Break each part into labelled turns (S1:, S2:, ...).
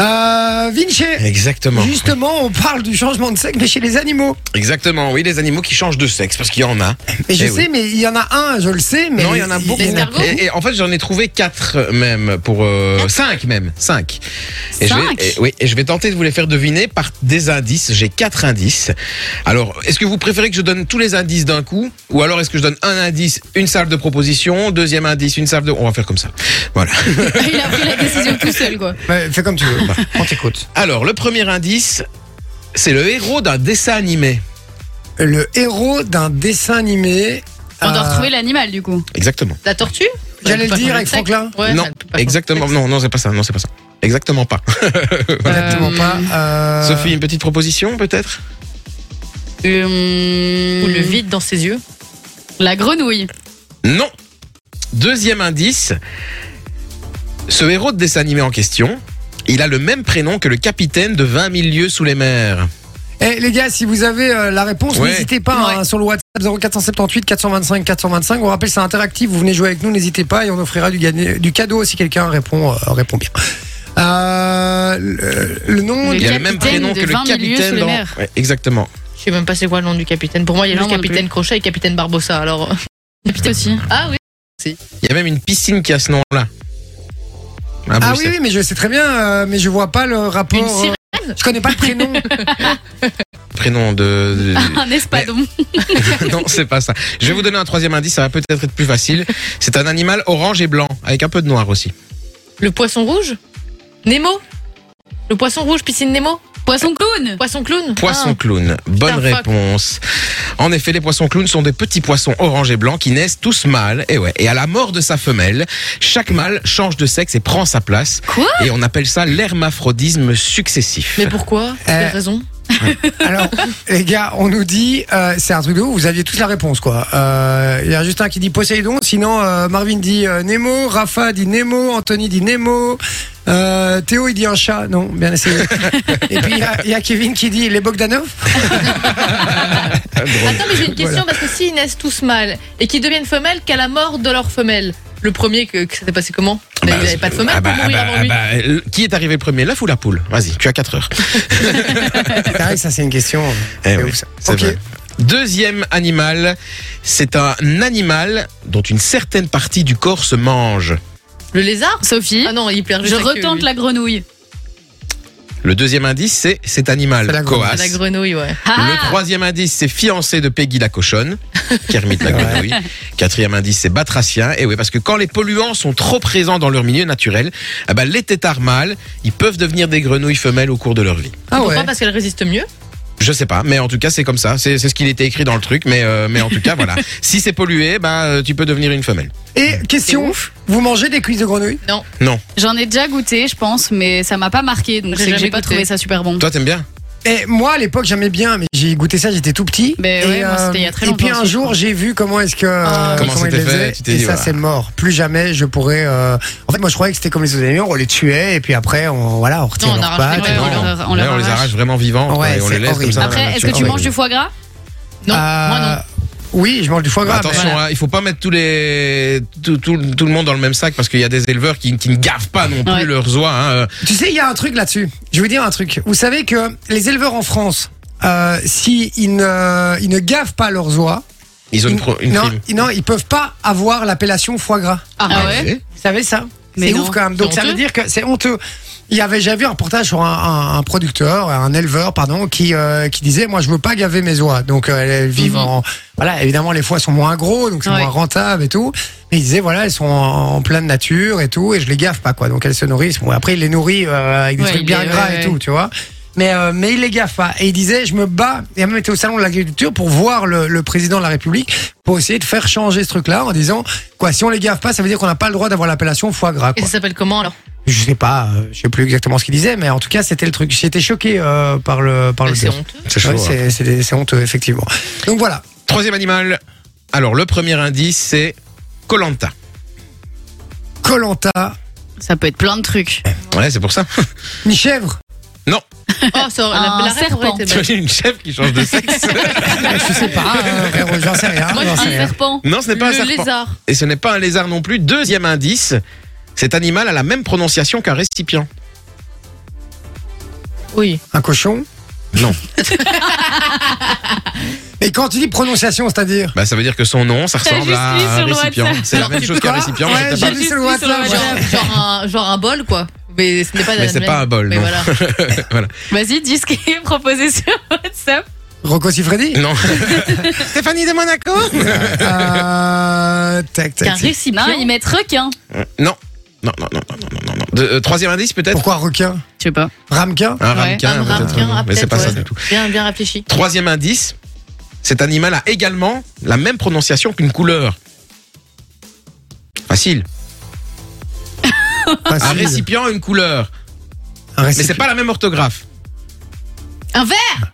S1: Euh, Vinci,
S2: Exactement.
S1: justement, on parle du changement de sexe, mais chez les animaux.
S2: Exactement, oui, les animaux qui changent de sexe, parce qu'il y en a.
S1: Et je
S2: Eh
S1: sais,
S2: oui.
S1: mais il y en a un, je le sais, mais.
S2: Non, il y en a beaucoup.
S3: L'escargot
S2: Et, et en fait, j'en ai trouvé quatre même, pour euh, cinq même, cinq. Et je vais,
S3: Cinq
S2: et- oui, et je vais tenter de vous les faire deviner par des indices. J'ai quatre indices. Alors, est-ce que vous préférez que je donne tous les indices d'un coup, ou alors est-ce que je donne un indice, une salve de proposition, deuxième indice, une salve de. On va faire comme ça. Voilà.
S3: Ah, Il a pris la décision tout seul, quoi.
S1: Ouais, fais comme tu
S2: Bah,
S1: veux, on t'écoute.
S2: Alors, le premier indice, c'est le héros d'un dessin animé.
S1: Le héros d'un dessin animé.
S3: On
S1: euh,
S3: doit retrouver l'animal, du coup.
S2: Exactement.
S3: La tortue
S1: J'allais
S3: Ça
S1: le
S3: peut
S1: dire
S3: pas
S1: avec
S3: changer de
S1: Franklin.
S3: sexe. Ouais,
S2: non,
S3: ça peut pas changer de
S2: exactement.
S3: sexe.
S2: Non, non, c'est pas ça. Non, c'est pas ça. Exactement pas.
S1: Exactement
S3: Euh,
S1: pas. euh,
S2: Sophie, une petite proposition peut-être
S3: Hum,
S4: Ou le vide dans ses yeux.
S3: La grenouille.
S2: Non. Deuxième indice. Ce héros de dessin animé en question, il a le même prénom que le capitaine de 20 000 lieues sous les mers.
S1: Eh, les gars, si vous avez euh, la réponse,
S2: Ouais.
S1: n'hésitez pas hein, sur le WhatsApp 0478 425 425. On rappelle, c'est interactif. Vous venez jouer avec nous, n'hésitez pas et on offrira du, gagné- du cadeau si quelqu'un répond, euh, répond bien. Euh, le, le nom.
S3: Le
S2: il a le
S3: capitaine
S2: même prénom
S3: de
S2: que le
S3: 20 000 lieues sous
S2: capitaine
S3: les
S2: dans.
S3: mers.
S2: Ouais, exactement.
S4: Je sais même pas c'est quoi le nom du capitaine. Pour moi, il y a
S3: Non,
S4: juste
S3: moi non
S4: capitaine
S3: plus.
S4: Crochet et capitaine Barbossa. Alors, euh.
S3: Putain aussi.
S4: ah oui.
S2: Il y a même une piscine qui a ce nom-là.
S1: Ah
S2: Ah, À
S1: oui,
S2: Bruxelles.
S1: oui, mais je sais très bien, euh, mais je vois pas le rapport.
S4: Une
S1: euh,
S4: sirène
S1: je connais pas le prénom.
S2: Prénom de.
S3: Un espadon.
S2: de- non, c'est pas ça. Je vais vous donner un troisième indice, ça va peut-être être plus facile. C'est un animal orange et blanc, avec un peu de noir aussi.
S4: Le poisson rouge Nemo Le poisson rouge, piscine Nemo
S3: Poisson clown.
S4: Poisson clown
S2: Poisson clown. Bonne
S4: Ah. Putain, fuck.
S2: réponse. En effet, les poissons clowns sont des petits poissons orange et blancs qui naissent tous mâles. Et ouais. Et à la mort de sa femelle, chaque mâle change de sexe et prend sa place.
S3: Quoi
S2: et on appelle ça l'hermaphrodisme successif.
S4: Ah. Mais pourquoi Pour quelle
S1: Euh,
S4: raison
S1: Alors, les gars, on nous dit, euh, c'est un truc de ouf, vous aviez toute la réponse, quoi. Euh, Il y a juste un qui dit Poséidon, sinon euh, Marvin dit euh, Nemo, Rafa dit Nemo, Anthony dit Nemo, euh, Théo il dit un chat, non, bien essayé. Et puis il y a- il y, a Kevin qui dit les Bogdanov.
S4: Attends, mais j'ai une question parce que s'ils naissent tous mâles et qu'ils deviennent femelles qu'à la mort de leur femelle, le premier, que, que ça s'est passé comment Il n'avait pas de femelle
S2: Ah bah,
S4: pour
S2: ah
S4: mourir
S2: bah,
S4: avant lui.
S2: ah bah, euh, qui est arrivé le premier, l'œuf ou la poule Vas-y, tu as 4 heures.
S1: C'est vrai que Ah ça c'est une question.
S2: Eh
S1: C'est
S2: oui,
S1: ouf, ça.
S2: c'est
S1: Ok.
S2: vrai. Deuxième animal, c'est un animal dont une certaine partie du corps se mange. bah.
S4: Le lézard
S3: Sophie.
S4: Ah non, il pleure
S3: Je retente la grenouille.
S2: Le deuxième indice, c'est cet animal,
S1: C'est la grenouille.
S2: coas.
S4: La grenouille, ouais.
S3: Ah,
S2: Le troisième indice, c'est fiancé de Peggy la cochonne, Kermit la grenouille. Quatrième indice, c'est batracien. Et oui, parce que quand les polluants sont trop présents dans leur milieu naturel, eh ben, les têtards mâles, ils peuvent devenir des grenouilles femelles au cours de leur vie.
S1: Ah
S4: Pourquoi
S1: ouais.
S4: Parce qu'elle résiste mieux.
S2: Je sais pas, mais en tout cas, c'est comme ça. C'est c'est ce qu'il était écrit dans le truc, mais, euh, mais en tout cas, voilà. Si c'est pollué, ben, euh, tu peux devenir une femelle.
S1: Et question, vous mangez des cuisses de grenouille
S3: J'en ai déjà goûté, je pense, mais ça m'a pas marqué, donc
S4: J'ai
S3: c'est que j'ai
S4: jamais
S3: pas
S4: goûté.
S3: trouvé ça super bon.
S2: Toi, t'aimes bien
S1: Et moi, à l'époque, j'aimais bien, mais j'ai goûté ça, j'étais tout petit.
S3: Ben
S1: et, euh,
S3: ouais, moi, c'était il y a très
S1: et puis
S3: longtemps
S1: un
S3: aussi,
S1: jour,
S3: quoi.
S1: j'ai vu comment est-ce que
S4: Ah,
S2: Comment
S1: il
S2: c'était
S1: les
S2: fait,
S1: faisait,
S2: tu t'es
S1: et
S2: dit,
S1: ça,
S2: voilà.
S1: c'est mort. Plus jamais, je pourrais. euh, En fait, moi, je croyais que c'était comme les autres animaux, on les tuait et puis après, on voilà, on retirait
S4: Non, on
S1: leurs
S4: arrachait
S1: pattes.
S4: les
S1: et
S3: Ouais, on
S1: puis
S3: leur-
S1: voilà.
S3: on leur
S2: Ouais, les
S3: arrache.
S2: arrache vraiment vivants
S1: Ouais,
S2: quoi, et on les
S1: c'est
S2: laisse
S1: horrible.
S2: comme ça. dans la
S3: Après, est-ce que tu
S2: nature.
S3: manges du foie gras
S4: Non,
S2: Ah.
S1: Euh,
S4: moi non.
S1: Oui, je mange du foie gras. mais-
S2: Attention, hein, il faut pas mettre tous les tout, tout, tout le monde dans le même sac parce qu'il y a des éleveurs qui, qui ne gavent pas non plus
S3: Ouais.
S2: leurs oies. hein, euh,
S1: Tu sais, il y a un truc là-dessus. Je vais vous dire un truc. Vous savez que les éleveurs en France, euh, si ils ne, ils ne gavent pas leurs oies,
S2: Ils ont une,
S1: ils,
S2: pro- une
S1: non,
S2: prime.
S1: non, ils peuvent pas avoir l'appellation foie gras.
S3: Ah ouais
S1: Vous savez ça
S3: Mais
S1: C'est
S3: non.
S1: ouf quand même. Donc
S4: C'est
S1: ça veut
S4: honteux.
S1: dire que c'est honteux. Il y avait, j'avais vu un reportage sur un, un- un producteur, un éleveur, pardon, qui, euh, qui disait, moi je veux pas gaver mes oies. Donc euh, elles vivent
S3: Mhm.
S1: en... Voilà, évidemment les foies sont moins gros, donc c'est
S3: Ouais.
S1: moins rentable et tout. Mais il disait, voilà, elles sont en, en pleine nature et tout, et je les gaffe pas, quoi. Donc elles se nourrissent. Bon, après, il les nourrit euh, avec des
S4: Ouais,
S1: trucs
S4: il
S1: bien
S4: les-
S1: gras
S4: ouais,
S1: et
S4: ouais.
S1: tout, tu vois. Mais, euh, mais il les gaffe pas. Et il disait, je me bats, il a même été au salon de l'agriculture pour voir le, le président de la République, pour essayer de faire changer ce truc-là en disant, quoi, si on les gaffe pas, ça veut dire qu'on n'a pas le droit d'avoir l'appellation foie gras,
S4: Et
S1: quoi.
S4: ça s'appelle comment alors
S1: Je sais pas, euh, je sais plus exactement ce qu'il disait, mais en tout cas, c'était le truc. J'étais choqué euh, par le,
S2: Oh,
S1: par le
S4: C'est
S1: gars.
S4: honteux.
S2: C'est chaud,
S1: Ouais,
S2: hein.
S1: c'est- c'est c'est honteux, effectivement. Donc voilà.
S2: Troisième animal. Alors le premier indice c'est Colanta.
S1: Colanta,
S3: Ça peut être plein de trucs.
S2: Ouais, c'est pour ça.
S1: une chèvre.
S4: Oh, ça, aurait- la,
S3: Un
S4: la ref aurait été belle.
S2: J'ai une chef qui change de sexe.
S1: je Ah, sais pas, euh, frérot, j'en sais rien.
S3: Moi,
S1: j'en
S3: un
S1: sais rien.
S3: serpent.
S2: non, ce n'est pas un
S4: le
S2: serpent.
S4: lézard.
S2: Et ce n'est pas un lézard non plus. Deuxième indice, cet animal a la même prononciation qu'un récipient.
S4: Oui.
S1: Un cochon
S2: Non.
S1: Et quand tu dis prononciation, c'est-à-dire
S2: Bah, ça veut dire que son nom, ça
S3: T'as
S2: ressemble
S3: juste
S2: à
S3: lu
S2: un
S3: sur le
S2: récipient.
S3: WhatsApp.
S2: C'est la même chose qu'un
S1: Quoi
S2: récipient.
S1: Ouais,
S2: mais
S1: j'ai
S2: t'as pas-
S1: vu sur le
S3: J'ai vu sur le
S1: WhatsApp.
S3: WhatsApp.
S1: ouais.
S4: Genre, genre un, genre un bol, quoi. Mais ce n'est pas,
S2: Mais c'est pas un bol,
S4: Mais
S2: non.
S4: voilà.
S2: Voilà.
S3: Vas-y, dis ce qui est proposé sur WhatsApp.
S1: Rocco Siffredi
S2: Non.
S1: Stéphanie de Monaco euh, Tac,
S4: Qu'un
S1: tac. tac.
S3: Non, ils mettent requin.
S2: Non. Non, non, non, non, non, non, non. De- euh, troisième indice peut-être
S1: Pourquoi requin
S3: Je sais pas.
S1: Ramequin
S2: Un
S3: Ouais,
S2: ramequin.
S4: un
S2: peut-être.
S4: ramequin, ah,
S2: Mais c'est pas
S4: peut-être,
S2: ça
S4: ouais.
S2: du tout.
S4: Bien, bien réfléchi.
S2: Troisième indice, cet animal a également la même prononciation qu'une couleur. Facile. Un
S1: Facile.
S2: récipient a une couleur.
S1: Un
S2: Mais c'est
S1: récipient.
S2: pas la même orthographe.
S4: Un verre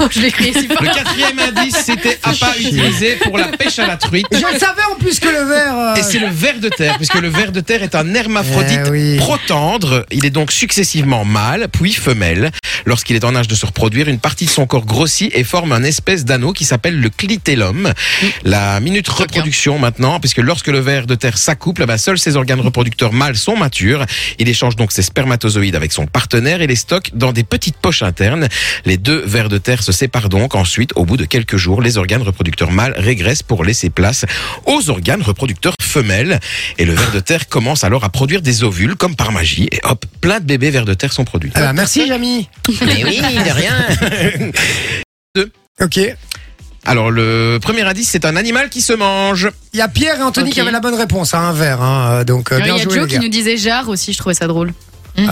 S4: Oh, je l'ai crié si fort.
S2: Le quatrième indice, c'était à pas utiliser pour la pêche à la truite.
S1: Je le savais en plus que le verre. euh,
S2: Et c'est le ver de terre, puisque le ver de terre est un hermaphrodite
S1: Eh oui.
S2: protendre. Il est donc successivement mâle, puis femelle. Lorsqu'il est en âge de se reproduire, une partie de son corps grossit et forme un espèce d'anneau qui s'appelle le clitellum.
S1: Mm.
S2: La minute reproduction maintenant, puisque lorsque le ver de terre s'accouple, bah, seuls ses organes reproducteurs mâles sont matures. Il échange donc ses spermatozoïdes avec son partenaire et les stocke dans des petites poches internes. Les deux vers de terre se séparent donc. Ensuite, au bout de quelques jours, les organes reproducteurs mâles régressent pour laisser place aux organes reproducteurs femelles. Et le ver de terre commence alors à produire des ovules comme par magie. Et hop, plein de bébés vers de terre sont produits.
S1: Ah bah, merci, Jamy.
S2: bah, Mais oui, de rien.
S1: Ok.
S2: Alors le premier indice, c'est un animal qui se mange.
S1: Il y a Pierre et Anthony
S4: Ok.
S1: qui avaient la bonne réponse à un verre. hein, euh, Donc, euh,
S3: Il
S1: bien
S3: y a
S1: joué,
S3: Joe
S1: les
S3: qui
S1: gars.
S3: nous disait jarre aussi, je trouvais ça drôle.
S1: Euh,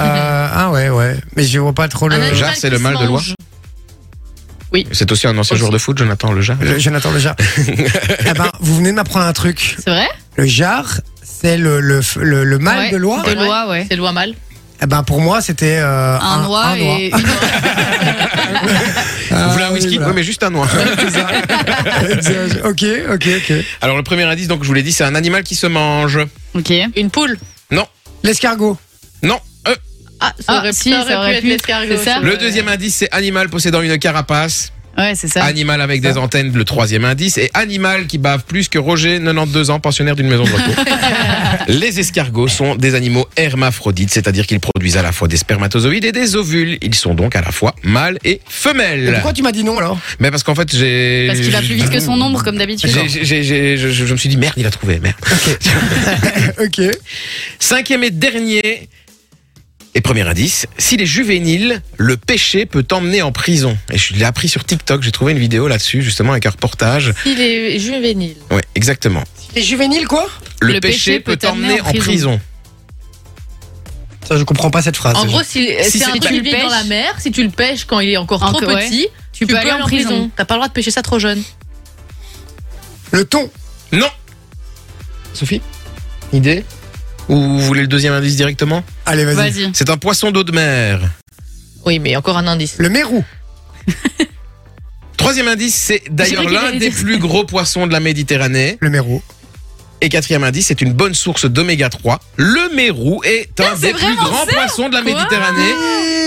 S1: ah ouais, ouais. Mais je vois pas
S3: Ah
S1: trop le.
S4: Un animal
S2: Jarre, c'est
S4: qui
S2: le
S4: se
S2: mâle de
S4: mange.
S2: Loire C'est aussi un ancien
S4: Aussi.
S2: joueur de foot, Jonathan le Jarre.
S1: Je- Jonathan le jarre. eh ben, vous venez de m'apprendre un truc.
S3: C'est vrai
S1: Le jarre, c'est le, le, le, le mâle
S3: Ouais,
S1: de Loire.
S3: De Loire, ouais.
S4: C'est le mal.
S1: Eh ben, pour moi, c'était euh,
S3: Un noix et une oie.
S1: Ah,
S2: Vous voulez un
S1: oui,
S2: whisky
S1: voilà.
S2: Oui, mais juste un noir.
S1: Exact. ok, ok, ok.
S2: Alors le premier indice, donc je vous l'ai dit, c'est un animal qui se mange.
S3: Ok.
S4: Une poule.
S1: L'escargot.
S2: Non. Euh,
S4: Ah,
S3: Ah, si, ça aurait pu.
S4: l'escargot.
S3: C'est ça.
S2: le deuxième indice, c'est animal possédant une carapace.
S3: Ouais, c'est ça.
S2: Animal avec des antennes, le troisième indice. Et animal qui bave plus que Roger, 92 ans, pensionnaire d'une maison de repos. Les escargots sont des animaux hermaphrodites, c'est-à-dire qu'ils produisent à la fois des spermatozoïdes et des ovules. Ils sont donc à la fois mâles et
S1: Et
S2: femelles.
S1: pourquoi tu m'as dit non alors
S2: Mais parce qu'en fait, j'ai...
S3: Parce qu'il va plus vite que son ombre, comme d'habitude.
S2: J'ai- j'ai- j'ai- j'ai- je, je- je me suis dit merde, il a trouvé, merde.
S1: Ok.
S2: Cinquième et dernier et premier indice, s'il est juvénile, le péché peut t'emmener en prison. Et je l'ai appris sur TikTok, j'ai trouvé une vidéo là-dessus, justement, avec un reportage.
S4: Il est juvénile.
S2: Ouais, exactement.
S1: Et juvénile quoi
S2: Le, péché, peut t'emmener en prison.
S1: Ça, je comprends pas cette phrase.
S4: En
S1: Je-
S4: gros, si,
S2: Si
S4: c'est
S2: Ah, c'est
S4: un
S2: pas-
S4: truc qui vit dans la mer, si tu le pêches quand il est encore
S3: Encore,
S4: trop
S3: ouais.
S4: petit,
S3: Tu peux aller en prison.
S4: T'as pas le droit de pêcher ça trop jeune.
S1: le ton.
S2: Non
S1: Sophie
S2: Idée Ou vous voulez le deuxième indice directement
S1: Allez, vas-y.
S3: Vas-y.
S2: C'est un poisson d'eau de mer.
S4: Oui, mais encore un indice.
S1: Le mérou.
S2: Troisième indice, c'est
S3: J'ai
S2: d'ailleurs
S3: cru qu'il
S2: l'un
S3: allait
S2: des
S3: dire
S2: plus gros poissons de la Méditerranée.
S1: Le mérou.
S2: Et quatrième indice, c'est une bonne source d'oméga 3. Le mérou est un
S3: Ah, c'est
S2: des plus
S3: vraiment
S2: grands poissons de la
S3: Quoi
S2: Méditerranée.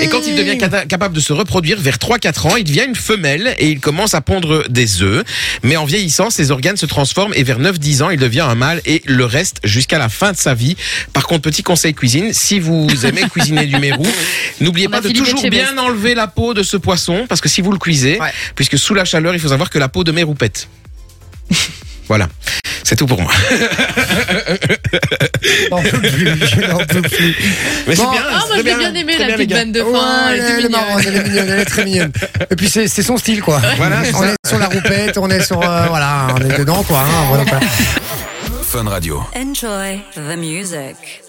S2: Et quand il devient cata- capable de se reproduire vers 3-4 ans, il devient une femelle et il commence à pondre des œufs. Mais en vieillissant, ses organes se transforment et vers 9-10 ans, il devient un mâle et le reste jusqu'à la fin de sa vie. Par contre, petit conseil cuisine, si vous aimez cuisiner du mérou, n'oubliez
S3: On
S2: pas
S3: a
S2: de
S3: Philippe
S2: toujours
S3: Etchebest.
S2: bien enlever la peau de ce poisson parce que si vous le cuisez,
S1: Ouais.
S2: puisque sous la chaleur, il faut savoir que la peau de mérou pète. voilà. C'est tout pour moi.
S1: Je n'en peux plus. Je n'en peux plus.
S2: Mais
S1: Bon.
S2: c'est bien.
S4: Ah,
S2: c'est
S4: moi
S2: très
S4: j'ai bien aimé
S2: très
S4: la
S2: les
S4: petite
S2: gars.
S4: vanne de fin.
S1: Ouais,
S4: elle était
S1: elle est
S4: mignonne.
S1: marrante, elle est mignonne, elle est très mignonne. Et puis c'est c'est son style quoi.
S2: Voilà, c'est
S1: on
S2: ça.
S1: est sur la roupette, on est sur euh, voilà, on est dedans quoi. hein, voilà, quoi.
S5: Fun Radio.
S6: Enjoy the music.